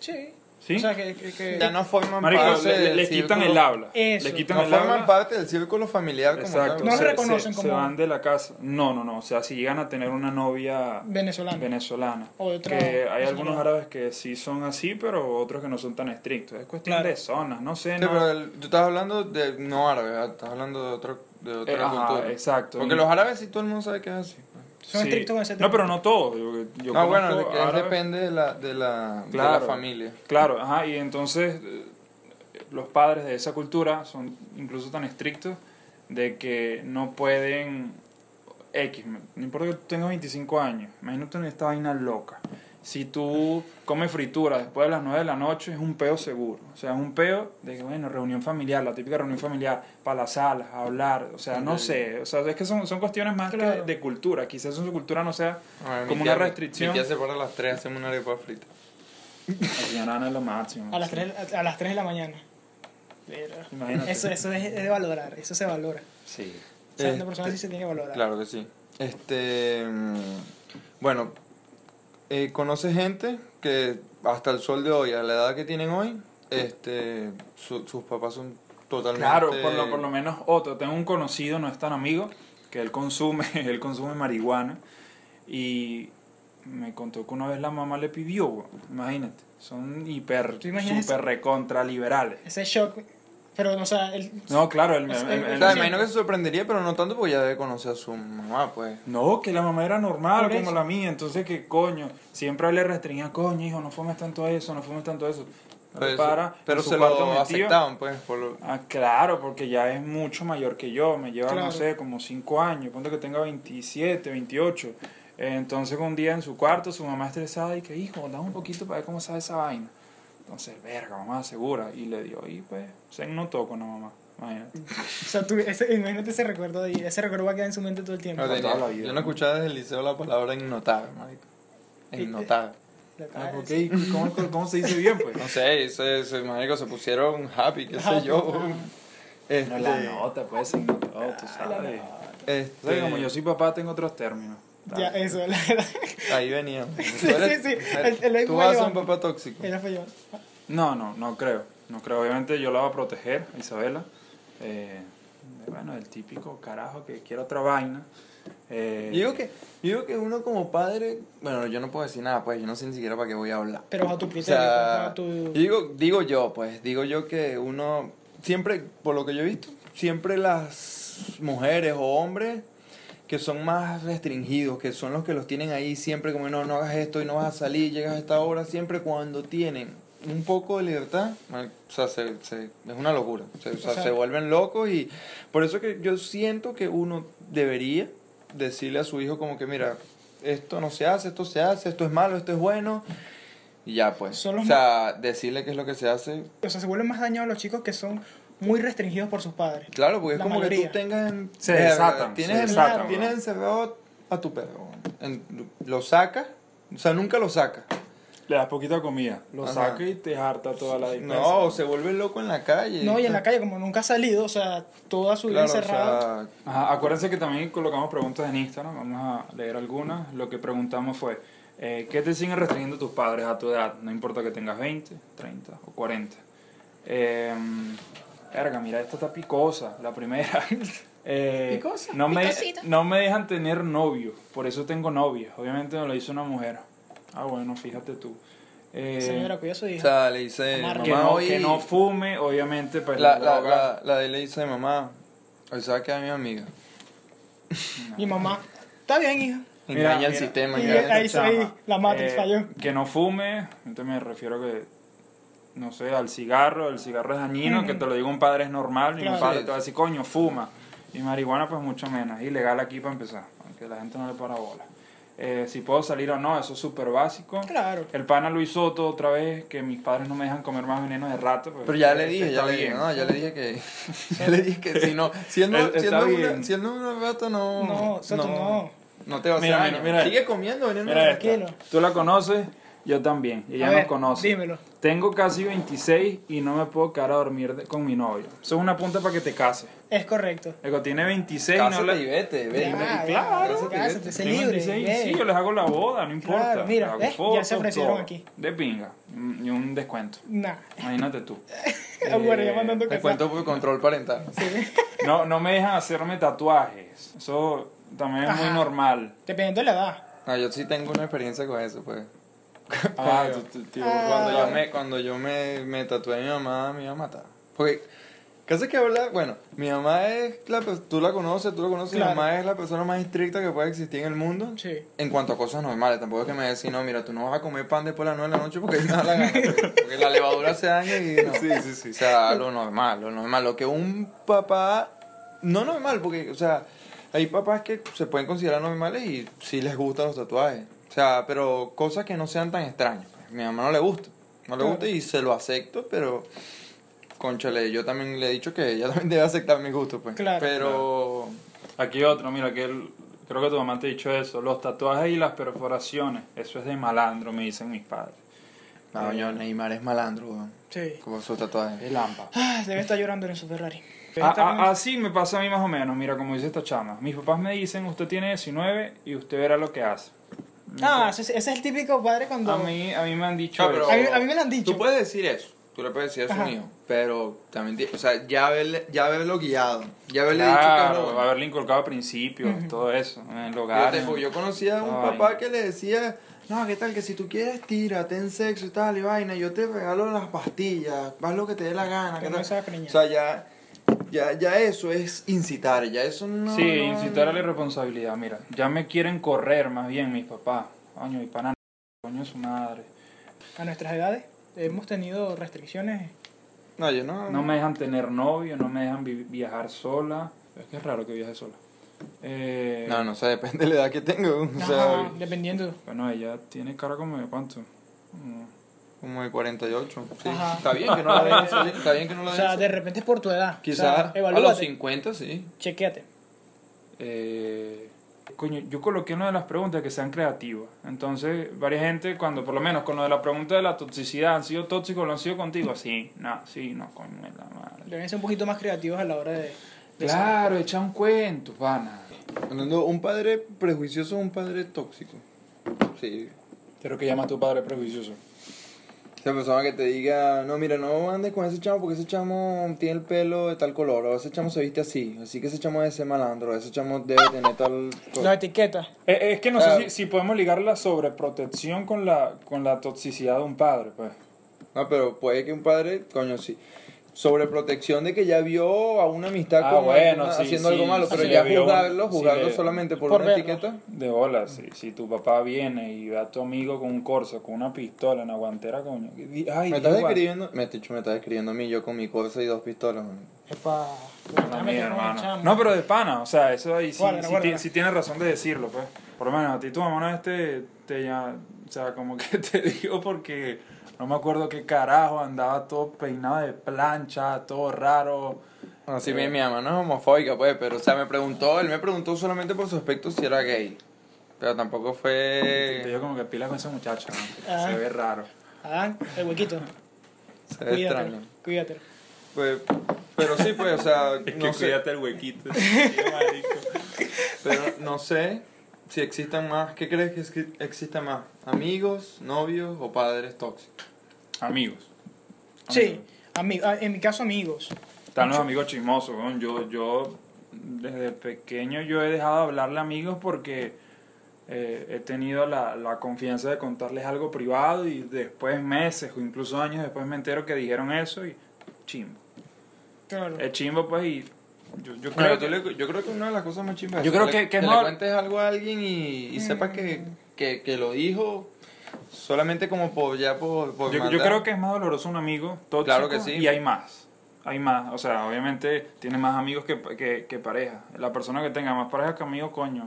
S1: Sí.
S3: ¿Sí?
S1: O sea, que, que- que-
S2: Ya no forman
S3: Marico,
S2: parte
S3: le- le-
S2: del
S3: les quitan
S2: círculo-
S3: el habla.
S1: Eso.
S3: Les quitan
S2: No
S3: el
S2: forman
S3: habla.
S2: parte del círculo familiar como
S3: Exacto.
S2: tal.
S1: No
S3: se,
S1: reconocen
S3: se-
S1: como-
S3: se van de la casa. No, no, no. O sea, si llegan a tener una novia
S1: venezolano.
S3: venezolana.
S1: O de otra-
S3: que hay
S1: venezolana.
S3: algunos árabes que sí son así, pero otros que no son tan estrictos. Es cuestión
S1: Claro.
S3: de zonas, no sé.
S2: Sí,
S3: no-
S2: pero el- tú estás hablando de no árabe, ¿verdad? estás hablando de otra, de otra
S3: Eh, ajá,
S2: cultura.
S3: exacto.
S2: Porque los árabes sí todo el mundo sabe que es así.
S1: Son estrictos con ese
S3: No,
S1: tema.
S3: pero no todos. Yo, yo
S2: no, bueno,
S3: conozco
S2: de que es
S3: árabes-
S2: depende de la, de la, de la
S3: Claro.
S2: familia.
S3: Claro, ajá, y entonces eh, los padres de esa cultura son incluso tan estrictos de que no pueden X, me- no importa que tú tengas 25 años, imagínate en esta vaina loca. Si tú comes fritura después de las 9 de la noche es un peo seguro, o sea, es un peo de que bueno, reunión familiar, la típica reunión familiar para las salas, a hablar, o sea, no
S2: Ok.
S3: sé, o sea, es que son, son cuestiones más que
S1: Claro.
S3: de cultura, quizás su cultura no sea
S2: A ver, mi
S3: Como
S2: tía-
S3: una restricción.
S2: Mi tía se para a las 3 hacemos una arepa frita.
S3: la señora Ana es lo máximo.
S1: A las
S3: sí.
S1: 3, a las 3 de la mañana. Pero-
S3: Imagínate.
S1: Eso, eso es, es de valorar, eso se valora.
S3: Sí.
S1: O sea,
S2: Este,
S1: una persona sí se tiene que valorar.
S2: Claro que sí. Este, mm, bueno, eh, conoce gente que hasta el sol de hoy, a la edad que tienen hoy, este, su- sus papás son totalmente...
S3: Claro, por lo, por lo menos otro. Tengo un conocido, no es tan amigo, que él consume, [LAUGHS] él consume marihuana. Y me contó que una vez la mamá le pidió, güey, imagínate. Son hiper,
S1: ¿Tú imaginas
S3: super recontra liberales.
S1: Ese shock, pero no, o sea, el,
S3: No, claro, él,
S1: Es-
S3: él-
S1: es-
S2: O
S3: él-
S2: sea,
S1: Sí.
S2: imagino que se sorprendería, pero no tanto porque ya debe conocer a su mamá, pues.
S3: No, que la mamá era normal
S1: Por
S3: como
S1: eso.
S3: la mía, entonces que coño, siempre le restringía, coño, hijo, no fumes tanto eso, no fumes tanto eso.
S2: Pero,
S3: Para, en
S2: pero
S3: su
S2: se
S3: cuarto
S2: lo
S3: metido.
S2: aceptaban, pues. Por lo,
S3: Ah, claro, porque ya es mucho mayor que yo, me lleva,
S1: Claro.
S3: no sé, como 5 años, ponte que tenga 27, 28. Eh, Entonces un día en su cuarto su mamá estresada y que, hijo, dame un poquito para ver cómo sabe esa vaina. Entonces, verga, mamá, segura. Y le dio, y pues, se notó con la mamá, imagínate.
S1: o sea, tú- ese- imagínate ese recuerdo ahí, ese recuerdo va a quedar en su mente todo el tiempo.
S2: no
S3: toda
S2: tenía-
S3: la vida,
S2: yo no
S3: ¿no?
S2: escuchaba desde el liceo la palabra ignotar, marico.
S3: eh,
S2: Ignotar.
S1: La
S3: Ah,
S1: cara
S3: ok,
S1: de-
S3: ¿y ¿Cómo, cómo se dice bien,
S2: [LAUGHS]
S3: pues?
S2: No sé, ese, ese, marico, se pusieron happy, qué sé yo.
S3: No, la
S2: Este,
S3: nota, pues, se notó, tú
S1: Ah, la-
S3: sabes. O sea,
S2: este,
S3: como yo soy papá, tengo otros términos.
S1: Ya, eso, la verdad. [LAUGHS]
S2: ahí venía.
S1: sí, sí, el- el- el
S2: tú
S1: fue
S2: vas a ser un
S1: llevando.
S2: papá tóxico.
S1: Era feo.
S3: No, no, no creo. No creo. Obviamente yo la voy a proteger, a Isabela. eh, de, bueno, del típico carajo que quiere otra vaina. eh,
S2: Yo digo, que, yo digo que uno como padre, bueno, yo no puedo decir nada, pues yo no sé ni siquiera para qué voy a hablar.
S1: Pero bajo tu
S2: O
S1: criterio,
S2: sea,
S1: bajo tu...
S2: digo, digo yo, pues, digo yo que uno, siempre, por lo que yo he visto, siempre las mujeres o hombres que son más restringidos, que son los que los tienen ahí siempre como, no, no hagas esto y no vas a salir, llegas a esta hora, siempre cuando tienen un poco de libertad, mal- o sea, se- se- es una locura, se, o sea,
S1: Exacto.
S2: se vuelven locos y por eso que yo siento que uno debería decirle a su hijo como que, mira, esto no se hace, esto se hace, esto es malo, esto es bueno. Y ya pues.
S1: Son los
S2: o sea, decirle qué es lo que se hace.
S1: O sea, se vuelven más dañados los chicos que son muy restringidos por sus padres.
S2: Claro, porque
S1: La
S2: es como que
S1: mayoría.
S2: tú tengas en-
S3: Se
S2: Verga,
S3: desatan,
S2: Tienes,
S3: se
S2: en-
S3: desatan,
S2: tienes
S3: bro.
S2: encerrado a tu perro. en- lo sacas. O sea, nunca lo sacas.
S3: Le das poquita comida. Lo
S2: Ajá.
S3: saca y te harta toda la diferencia.
S2: No, se vuelve loco en la calle.
S1: pues. No, y en la calle, como nunca ha salido, o sea, toda su vida
S2: Claro,
S1: encerrada.
S2: o sea,
S3: Ajá, acuérdense que también colocamos preguntas en Instagram. Vamos a leer algunas. Lo que preguntamos fue: eh, ¿Qué te siguen restringiendo tus padres a tu edad? No importa que tengas 20, 30 o 40. Eh, verga, mira, esta está picosa, la primera. [LAUGHS] Eh,
S4: Picosa,
S3: No me,
S4: picosita.
S3: no me dejan tener novio, por eso tengo novia. Obviamente me lo hizo una mujer. Ah, bueno, fíjate tú. Eh,
S1: Señora, cuida a su
S2: O
S1: hija.
S2: sea, le dice
S1: Amar.
S2: mamá
S3: que, no,
S2: hoy.
S3: que no fume, obviamente, pues
S2: la,
S3: la,
S2: la,
S3: droga.
S2: la, la de le dice mamá. Hoy se va a quedar mi amiga.
S1: Mi mamá. Está bien, hija.
S3: Mira,
S2: Engaña el
S3: mira.
S2: sistema.
S1: Y
S2: engaña el
S1: ahí
S2: sistema.
S1: soy- la Matrix falló.
S3: Eh, Que no fume, entonces me refiero que, no sé, al cigarro, el cigarro es dañino, que te lo diga un padre es normal, y
S1: Mm. Claro.
S3: un padre
S2: Sí.
S3: te va a decir, coño, fuma. Y marihuana, pues mucho menos, es ilegal aquí para empezar, aunque la gente no le para bola. Eh, si puedo salir o no, eso es súper básico.
S1: Claro.
S3: El pana Luis Soto, otra vez, que mis padres no me dejan comer más veneno de rato. pues,
S2: Pero ya le
S3: eh,
S2: dije, ya
S3: está
S2: le dije,
S3: bien. Eh,
S2: no, ya le dije que. [LAUGHS] ya le dije que si no. Si él no,
S3: Está
S2: si él no, es una-
S3: bien.
S2: si él no es un rato, no.
S1: No, Soto, no.
S2: No te va a hacer
S3: Mira,
S2: daño.
S3: mira, mira.
S2: Sigue comiendo, veneno.
S3: Mira esta.
S1: Tranquilo.
S3: Tú la conoces, yo también, y
S1: A
S3: ella
S1: ver,
S3: nos conoce.
S1: Dímelo.
S3: Tengo casi 26 y no me puedo quedar a dormir de- con mi novio. Eso es una punta para que te cases.
S1: Es correcto.
S3: Digo, tiene 26 y no
S2: Cásate y
S3: le...
S2: vete, vete.
S1: Ya,
S3: claro,
S1: ya, cásate, sé
S3: Tiene
S1: libre.
S3: 26,
S1: bien.
S3: sí, yo les hago la boda, no importa.
S1: Claro, mira,
S3: Les hago
S1: ¿ves? Ya se ofrecieron aquí.
S3: De pinga. Y un descuento.
S1: Nah.
S3: Imagínate
S1: [LAUGHS]
S3: tú.
S1: bueno,
S3: Eh,
S1: ya mandando
S2: Eh, Te
S1: casar.
S2: cuento por control parental.
S3: No, no me dejan hacerme tatuajes. Eso también es muy
S1: Ajá. [LAUGHS]
S3: normal.
S1: Dependiendo de la edad.
S2: No, yo sí tengo una experiencia con eso, pues.
S3: Ah,
S2: Cuando,
S3: tú- tú-
S2: tío,
S1: Ah.
S2: cuando yo me, cuando yo me, me tatué a mi mamá, me iba a matar. Porque, casi que habla, bueno, mi mamá es la pe- tú la conoces, tú la conoces,
S1: Claro.
S2: mi mamá es la persona más estricta que puede existir en el mundo.
S1: Sí.
S2: En cuanto a cosas normales, tampoco es que me decís, no, mira, tú no vas a comer pan después de las 9 de la noche porque [LAUGHS] ahí me da la gana. Porque la levadura hace daño y no. Sí, sí, sí. O sea, lo normal, lo normal. Lo que un papá. No normal, porque, o sea, hay papás que se pueden considerar normales y sí les gustan los tatuajes. O sea, pero cosas que no sean tan extrañas. pues. Mi mamá no le gusta. No le gusta y se lo acepto, pero. Conchale, yo también le he dicho que ella también debe aceptar mis gustos, pues.
S1: Claro.
S2: Pero.
S3: Aquí otro, mira, que el- creo que tu mamá te ha dicho eso. Los tatuajes y las perforaciones. Eso es de malandro, me dicen mis padres.
S2: No, yo, Neymar es malandro, weón.
S1: Sí.
S2: Como sus tatuajes.
S3: Es lámpara.
S1: Ah, debe estar llorando en su Ferrari.
S2: Ah,
S3: A- a- así me pasa a mí más o menos, mira, como dice esta chama. Mis papás me dicen, usted tiene 19 y usted verá lo que hace.
S1: Ah, ese, ese es el típico padre cuando...
S3: A mí, a mí me han dicho
S2: Ah, pero-
S3: eso.
S1: a mí, a mí me lo han dicho.
S2: Tú puedes decir eso, tú le puedes decir eso a
S1: Ajá.
S2: un hijo, pero también, ti- o sea, ya haberle, ya haberlo guiado, ya haberle dicho que
S3: Claro,
S2: no.
S3: haberle inculcado principios, todo eso, en el
S2: Yo,
S3: hogar.
S2: te- porque yo conocía a un
S3: Ay.
S2: papá que le decía, no, ¿qué tal? Que si tú quieres, tírate en sexo y tal, y vaina, yo te regalo las pastillas, haz lo que te dé la gana,
S1: Pero
S2: ¿qué
S1: Ah, no
S2: tal?
S1: seas preñado.
S2: O sea, ya, ya, ya eso es incitar, ya eso no...
S3: sí,
S2: no-
S3: incitar a la irresponsabilidad, mira. Ya me quieren correr más bien mis papás. Coño, mi pana, coño, su madre.
S1: A nuestras edades hemos tenido restricciones.
S2: No, yo no...
S3: No me dejan tener novio, no me dejan vi- viajar sola. Es que es raro que viaje sola. Eh,
S2: No, no, o sea, depende de la edad que tengo, o sea,
S1: Ajá, dependiendo.
S3: Bueno, ella tiene cara como de cuánto. Como-
S2: como de 48. Sí.
S1: Ajá.
S2: Está bien que no la den, sí, está bien que no la
S1: O
S2: den.
S1: sea, de repente es por tu edad.
S2: Quizás
S1: O sea,
S2: a los
S1: evalúate,
S2: 50, sí.
S1: chequéate.
S3: Eh, coño, yo coloqué una de las preguntas que sean creativas. Entonces, varias gente, cuando por lo menos con lo de la pregunta de la toxicidad, ¿han sido tóxicos o lo han sido contigo? Sí, no, sí, no, coño, de la madre.
S1: Deben ser un poquito más creativos a la hora de... de
S3: Claro, echa un cuento, pana.
S2: Hablando, un padre prejuicioso es un padre tóxico. Sí.
S3: Creo que llama a tu padre prejuicioso.
S2: Esa persona que te diga, no, mira, no andes con ese chamo porque ese chamo tiene el pelo de tal color, o ese chamo se viste así, así que ese chamo debe ser malandro, ese chamo debe tener tal
S1: ser-
S2: cosa.
S1: Las etiquetas.
S3: Eh, es que no
S2: Ah.
S3: sé si, si podemos ligar la sobreprotección con la, con la toxicidad de un padre, pues.
S2: No, pero puede que un padre, coño, sí. Sobre protección de que ya vio a una amistad
S3: Ah,
S2: con
S3: bueno,
S2: alguna
S3: sí,
S2: haciendo
S3: sí,
S2: algo malo,
S3: sí
S2: pero
S3: le
S2: ya
S3: vio un-
S2: juzgarlo,
S3: sí
S2: juzgarlo
S3: le-
S2: solamente por,
S1: por
S2: una
S1: verlo.
S2: etiqueta.
S3: De hola, si, si tu papá viene y ve a tu amigo con un corso, con una pistola en la guantera, coño. que di- Ay,
S2: me estás
S3: Dios, guan-
S2: escribiendo, me, me estás escribiendo a mí, yo con mi corsa y dos pistolas. man.
S1: Epa.
S3: Mala mía, hermano. No, pero de pana, o sea, eso ahí sí,
S1: Guárdala,
S3: sí
S1: guárdala.
S3: ti- sí tienes razón de decirlo, pues. Por lo menos a ti tu mamá una vez te, te ya- o sea, como que [LAUGHS] te digo porque no me acuerdo qué carajo, andaba todo peinado de plancha, todo raro.
S2: Así
S3: Eh.
S2: bien, mi mamá no es homofóbica, pues, pero, o sea, me preguntó, él me preguntó solamente por su aspecto si era gay. Pero tampoco
S3: Te
S2: fue.
S3: digo como que pila con ese muchacho, ¿no?
S1: Ah.
S3: se ve raro.
S1: Adán, el huequito.
S2: Se ve
S1: Cuídate.
S2: extraño.
S1: Cuídate.
S2: Pues, pero sí, pues, o
S3: [LAUGHS]
S2: sea, no sé.
S3: el huequito. [LAUGHS]
S2: Pero no sé si existan más. ¿Qué crees que exi- exista más? ¿Amigos, novios o padres tóxicos?
S3: Amigos.
S1: Sí.
S3: Amigos.
S1: Ami- ah, en mi caso, amigos.
S3: Están los amigos chismosos, weón. Yo, yo, desde pequeño yo he dejado de hablarle a amigos porque eh, he tenido la, la confianza de contarles algo privado y después meses o incluso años después me entero que dijeron eso y chimbo.
S1: Claro.
S3: Es chimbo pues y yo, yo
S2: Bueno,
S3: creo
S2: tú
S3: que...
S2: le- yo creo que una de las cosas más chimbas
S3: Yo creo que- que es
S2: le
S3: mejor-
S2: cuentes algo a alguien y, y sepas que, que, que lo dijo solamente como por, ya por, por
S3: Yo, yo
S2: mandar.
S3: creo que es más doloroso un amigo tóxico
S2: Claro que sí.
S3: y hay más. Hay más, o sea, obviamente tienes más amigos que, que, que pareja. La persona que tenga más pareja que amigos, coño,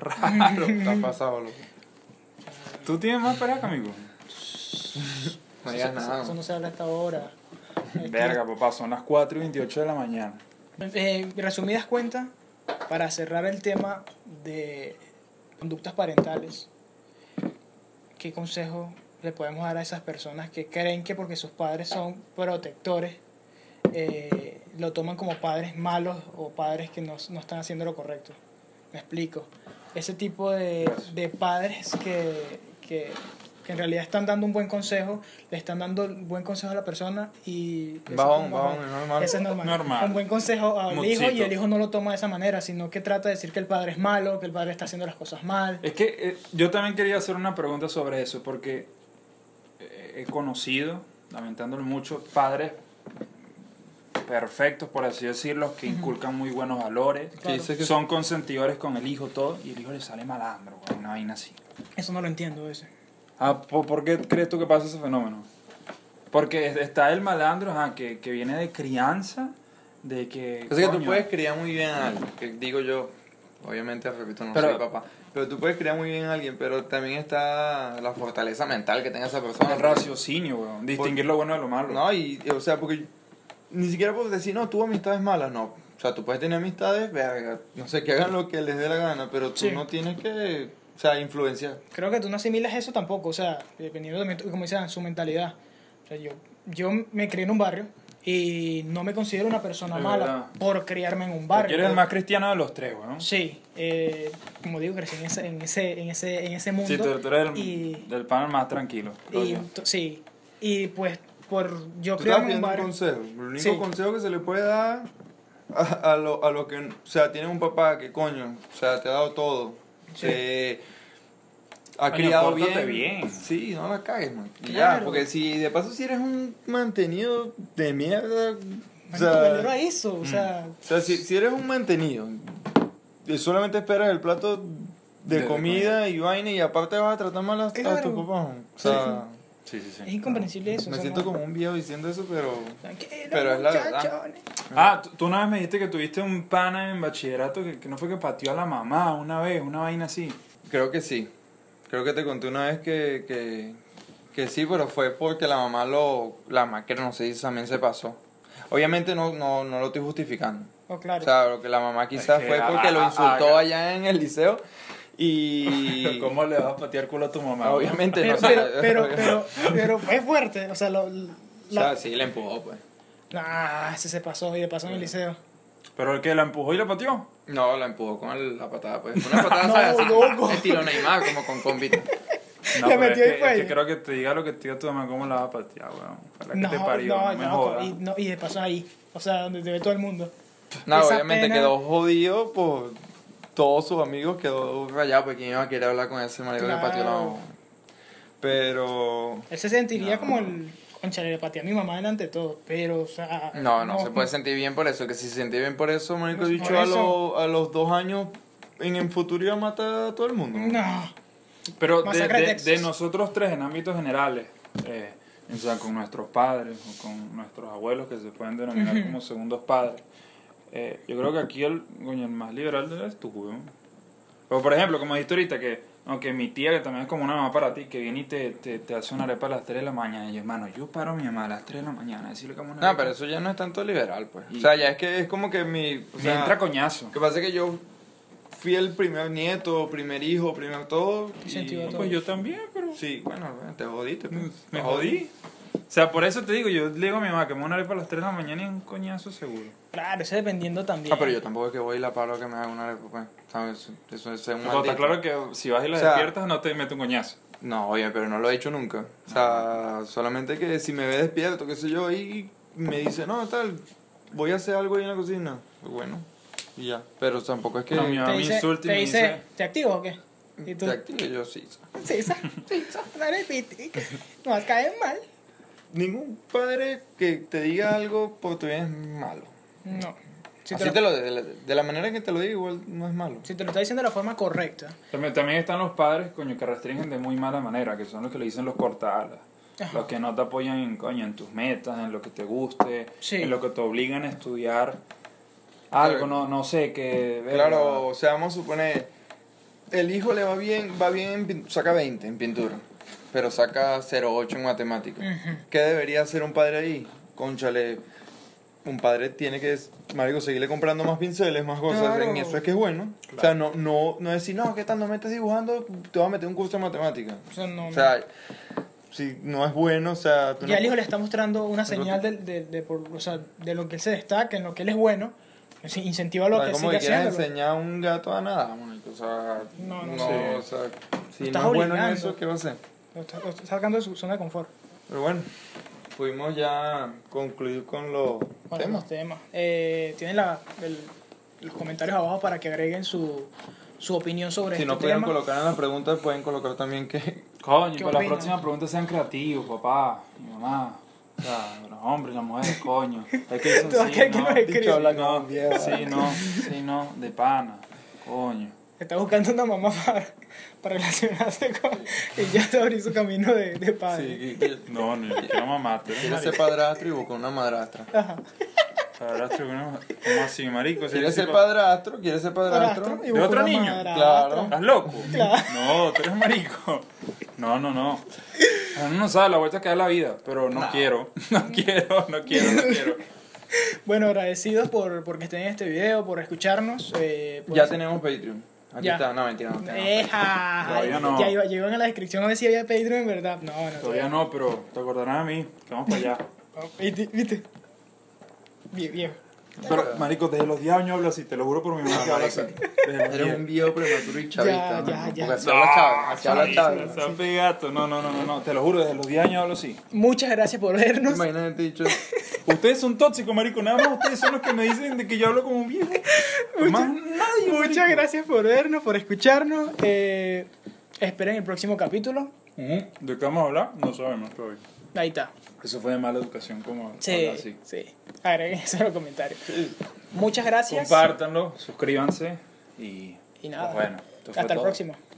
S2: [LAUGHS]
S3: raro.
S2: Está pasado, loco.
S3: ¿Tú tienes más pareja que amigos?
S2: No
S1: Eso-
S2: digas
S1: eso-
S2: nada.
S1: Eso no se habla hasta ahora.
S3: Verga, papá, son las 4 y 28 de la mañana.
S1: Eh, resumidas cuentas, para cerrar el tema de conductas parentales, ¿qué consejo le podemos dar a esas personas que creen que porque sus padres son protectores, eh, lo toman como padres malos o padres que no, no están haciendo lo correcto? Me explico. Ese tipo de, de padres que, que, que en realidad están dando un buen consejo, le están dando un buen consejo a la persona y... eso es
S2: Bajón,
S1: un
S2: bajón, es normal.
S1: Eso es normal.
S3: Normal.
S1: Un buen consejo al
S3: Muchito.
S1: hijo y el hijo no lo toma de esa manera, sino que trata de decir que el padre es malo, que el padre está haciendo las cosas mal.
S3: Es que eh, yo también quería hacer una pregunta sobre eso, porque eh, he conocido, lamentándolo mucho, padres perfectos, por así decirlo, que inculcan muy buenos valores,
S2: Que dice que
S3: son consentidores con el hijo todo, y el hijo le sale malandro, güey, una vaina así.
S1: Eso no lo entiendo ese.
S3: Ah, ¿po- ¿por qué crees tú que pasa ese fenómeno? Porque es- está el malandro ajá, que, que viene de crianza, de que...
S2: O sea que tú
S3: coño,
S2: puedes criar muy bien a alguien, que digo yo, obviamente, repito, no
S3: Pero-
S2: soy papá, pero tú puedes criar muy bien a alguien, pero también está la fortaleza mental que tenga esa persona.
S3: El raciocinio, weón, distinguir lo bueno de lo malo.
S2: No, y, y, o sea, porque ni siquiera puedes decir, no, tuvo amistades malas, no. O sea, tú puedes tener amistades, verga, no sé, que hagan lo que les dé la gana, pero tú
S1: Sí.
S2: no tienes que, o sea, influenciar.
S1: Creo que tú no asimilas eso tampoco, o sea, dependiendo de como dicen, su mentalidad. O sea, yo, yo me crié en un barrio y no me considero una persona
S3: Es
S1: mala
S3: verdad.
S1: por criarme en un
S3: Porque
S1: barrio.
S3: eres el más cristiano de los tres, weón.
S1: Sí, eh, como digo, crecí en ese, en ese, en ese, en ese mundo.
S3: Sí, tú, tú eres el,
S1: y,
S3: del panel más tranquilo. creo
S1: y
S3: yo.
S1: to- sí, y pues por yo
S2: Tú estás
S1: criarme en un
S2: pidiendo un
S1: barrio.
S2: consejo. El único
S1: Sí.
S2: consejo que se le puede dar a, a lo, a lo que, o sea, tiene un papá que coño, o sea, te ha dado todo.
S1: Sí.
S2: Te ha
S3: Coño,
S2: criado
S3: pórtate
S2: bien.
S3: bien.
S2: Sí, no la cagues, man. Y
S1: Claro.
S2: Ya, porque si de paso si eres un mantenido de mierda, o
S1: Marico, valora
S2: sea,
S1: eso, o sea,
S3: Mm.
S2: o sea, si, si eres un mantenido, y solamente esperas el plato de,
S3: De
S2: comida y vaina y aparte vas a tratar mal a, a
S1: Claro.
S2: tu papá. man. O sea,
S3: Sí, sí, sí.
S1: es incomprensible eso. o
S2: me
S1: sea,
S2: siento
S1: no-
S2: como un viejo diciendo eso, pero
S1: Tranquilo,
S2: Pero es la verdad.
S1: muchachones.
S3: Ah, tú, tú una vez me dijiste que tuviste un pana en bachillerato que, que no fue que pateó a la mamá una vez, una vaina así.
S2: Creo que sí. Creo que te conté una vez que, que, que sí, pero fue porque la mamá lo. La maquera, no sé si también se pasó. Obviamente no, no, no lo estoy justificando.
S1: Oh, claro.
S2: O sea, lo que la mamá quizás
S3: que,
S2: fue porque
S3: ah,
S2: lo
S3: ah,
S2: insultó
S3: ah,
S2: allá en el liceo y.
S3: [LAUGHS] ¿Cómo le vas a patear culo a tu mamá?
S2: Obviamente
S1: pero,
S2: no
S1: pero,
S2: sé. [LAUGHS]
S1: pero, pero, pero fue fuerte. O sea, lo, la-
S2: O sea, sí, le empujó, pues.
S1: Ah, ese se pasó y le pasó en el liceo.
S3: Pero el que la empujó y la
S1: [LAUGHS]
S3: pateó.
S2: No, la empujó con el- la patada, pues. Fue Una
S1: No,
S2: patada, ¿sabes?
S1: loco.
S2: Así, estilo Neymar, como con convite.
S3: No,
S1: Le
S3: pero
S1: metió el
S3: es que, es que
S1: cuello.
S3: creo que te diga lo que te diga tu mamá, ¿cómo la vas a patear, weón? Ojalá que
S1: No,
S3: te parió, no,
S1: no,
S3: me
S1: no,
S3: jodas.
S1: y, no, y le pasó ahí. O sea, donde te ve todo el mundo.
S2: No,
S1: Esa
S2: obviamente
S1: pena-
S2: quedó jodido por todos sus amigos, quedó rayado, porque quién iba a querer hablar con ese marido que
S1: Claro.
S2: pateó la mamá? Pero...
S1: Él se sentiría como el. Concha, le pateé a mi mamá delante de todo. Pero, o sea.
S2: No, no, se puede sentir bien por eso, que si se sentía bien por eso, marico,
S1: Pues Por
S2: dicho a,
S1: eso.
S2: los- a los dos años, en el futuro iba a matar a todo el mundo.
S1: No.
S3: Pero de,
S1: Masacre de
S3: de-
S1: Texas.
S3: de nosotros tres en ámbitos generales, eh, o sea, con nuestros padres o con nuestros abuelos que se pueden denominar como segundos padres, eh, yo creo que aquí el, coño, el más liberal de eres tú, weón. O por ejemplo, como dijiste ahorita, que aunque mi tía, que también es como una mamá para ti, que viene y te, te, te hace una arepa a las 3 de la mañana, y yo, hermano, yo paro a mi mamá a las 3 de la mañana, decirle como una
S2: No,
S3: arepa.
S2: pero eso ya no es tanto liberal, pues.
S3: Y-
S2: O sea, ya es que es como que mi... o
S3: Me
S2: sea,
S3: entra coñazo.
S2: Lo que pasa es que yo fui el primer nieto, primer hijo, primer todo.
S1: Y sentido
S2: y-
S1: todo.
S3: Pues yo también, pero...
S2: Sí, bueno, te jodiste. pues.
S3: Mm, Me
S2: Te
S3: jodí. O sea, por eso te digo, yo le digo a mi mamá que me hago una arepa a las 3 de la mañana y es un coñazo seguro.
S1: Claro, eso dependiendo también.
S2: Ah, pero yo tampoco es que voy y la paro que me haga una arepa, pues. ¿Sabes? Eso es ser un
S3: No, está
S2: maldito.
S3: claro que si vas y la
S2: O sea,
S3: despiertas no te mete un coñazo.
S2: No, oye, pero no lo he hecho nunca. O sea, solamente que si me ve despierto, qué sé yo, ahí me dice, no, tal, voy a hacer algo ahí en la cocina. Bueno, y ya. Pero tampoco es que
S3: No, mi
S2: me
S3: mamá
S1: Te
S3: me
S1: dice,
S3: insulta y
S1: te
S3: me
S1: dice,
S3: dice-
S1: ¿te activo o qué? Y tú,
S2: te active, yo sí.
S1: [LAUGHS] sí, sa- sí, sa- dale,
S2: [LAUGHS]
S1: piti, no vas a caer mal.
S2: Ningún padre que te diga algo por tu bien es malo.
S1: No. Si
S2: Así
S1: te, lo,
S2: te lo- de, la, de la manera que te lo digo, igual no es malo.
S1: si te lo está diciendo de la forma correcta.
S3: También, también están los padres, coño, que restringen de muy mala manera, que son los que le dicen los cortadas.
S1: Ajá.
S3: Los que no te apoyan en, coño, en tus metas, en lo que te guste,
S1: Sí.
S3: en lo que te obligan a estudiar algo, no, no sé, que...
S2: Claro, o sea, vamos a suponer, el hijo le va bien, va bien, en pin- saca 20 en pintura, pero saca 0,8 en matemáticas. ¿Qué debería hacer un padre ahí? Conchale, un padre tiene que, marico, seguirle comprando más pinceles, más cosas,
S1: Claro.
S2: en eso es que es bueno. O sea, no, no, no decir, no, ¿qué tal? No me estás dibujando, te vas a meter un curso de matemáticas.
S1: O sea, no,
S2: O sea, si no es bueno, o sea... tú
S1: ya
S2: no-
S1: el hijo le está mostrando una señal de, de, de por- o sea, de lo que él se destaca, en lo que él es bueno. Sí, Incentiva
S2: O
S1: lo
S2: sea,
S1: que
S2: como
S1: siga
S2: que quieras
S1: haciéndolo.
S2: enseñar a un gato a nadar, marico, o sea...
S1: No,
S2: No,
S1: no
S2: no,
S3: sé.
S2: o sea, si
S1: Estás
S2: no es bueno en
S1: obligando.
S2: eso, ¿qué va a hacer?
S1: Lo está, lo está sacando de su zona de confort.
S2: Pero bueno, pudimos ya concluir con los
S1: Bueno,
S2: temas.
S1: los temas. Eh, tienen la- el- los comentarios abajo para que agreguen su, su opinión sobre
S2: Si
S1: este
S2: no pueden
S1: tema.
S2: colocar en las preguntas, pueden colocar
S1: [LAUGHS]
S2: también que...
S3: Coño,
S1: ¿Qué
S3: para la
S1: opinas?
S3: próxima pregunta sean creativos, papá y mamá. O sea, los hombres, las mujeres, coño. Es que
S1: [LAUGHS]
S3: eso
S1: Tú
S3: sí,
S1: acá que
S3: no.
S1: nos escribes.
S3: Sí, no, sí, no, sí, no, de pana, coño.
S1: Está buscando una mamá para, para relacionarse con... Y ya se abrió su camino de, de padre.
S2: Sí, que-
S3: No, ni quiero mamarte.
S2: quiere ser padrastro y busca una madrastra.
S1: Ajá.
S3: Padrastro, ¿cómo cómo así, marico? Si
S2: Quiere
S3: eres
S2: ser
S3: tipo-
S2: padrastro, quiere ser padrastro.
S1: Padrastro y
S3: ¿De
S1: busca
S3: otro
S1: una
S3: niño?
S1: madrastra.
S2: Claro.
S3: ¿Estás loco?
S1: Claro.
S3: No, tú eres marico. No, no, no. Uno no sabe la vuelta que da la vida, pero no, quiero. No [LAUGHS] quiero, no quiero, no quiero.
S1: Bueno, agradecidos por, por que estén en este video, por escucharnos. Eh, por-
S2: Ya tenemos Patreon. Aquí
S1: Ya. Eh.
S2: está, no, mentira, no tenemos.
S1: ¡Eja!
S3: Todavía no.
S1: Ya iba, llegó en la descripción a ver si había Patreon en verdad. No, no.
S3: Todavía no, pero te acordarás a mí, que vamos para allá.
S1: no. ¿Viste? ¿Viste? Bien, bien.
S3: Pero, marico, desde los 10 años hablo así, te lo juro por mi mamá que hablo así. Desde los Ah,
S2: Eres un
S3: 10.
S2: viejo prematuro y
S1: Ya,
S2: chavista.
S1: ya,
S2: ¿no?
S1: ya.
S2: Porque así habla Chávez, así habla
S3: Ay,
S2: Chávez.
S3: se ha pegado. No, no, no, no, no, te lo juro, desde los 10 años hablo así.
S1: Muchas gracias por vernos.
S2: Imagínate dicho,
S3: Ustedes son tóxicos, marico, nada más ustedes son los que me dicen de que yo hablo como un viejo. Más nadie.
S1: Muchas gracias por vernos, por escucharnos. Eh, esperen el próximo capítulo.
S3: Ujú, ¿De qué vamos a hablar? No sabemos todavía.
S1: Ahí está.
S3: Eso fue de mala educación, como
S1: Sí,
S3: hablar así.
S1: sí. Agreguen [LAUGHS] eso en los comentarios. Muchas gracias.
S3: Compártanlo, suscríbanse y
S1: Y nada.
S3: pues bueno, esto fue
S1: Hasta el
S3: todo.
S1: próximo.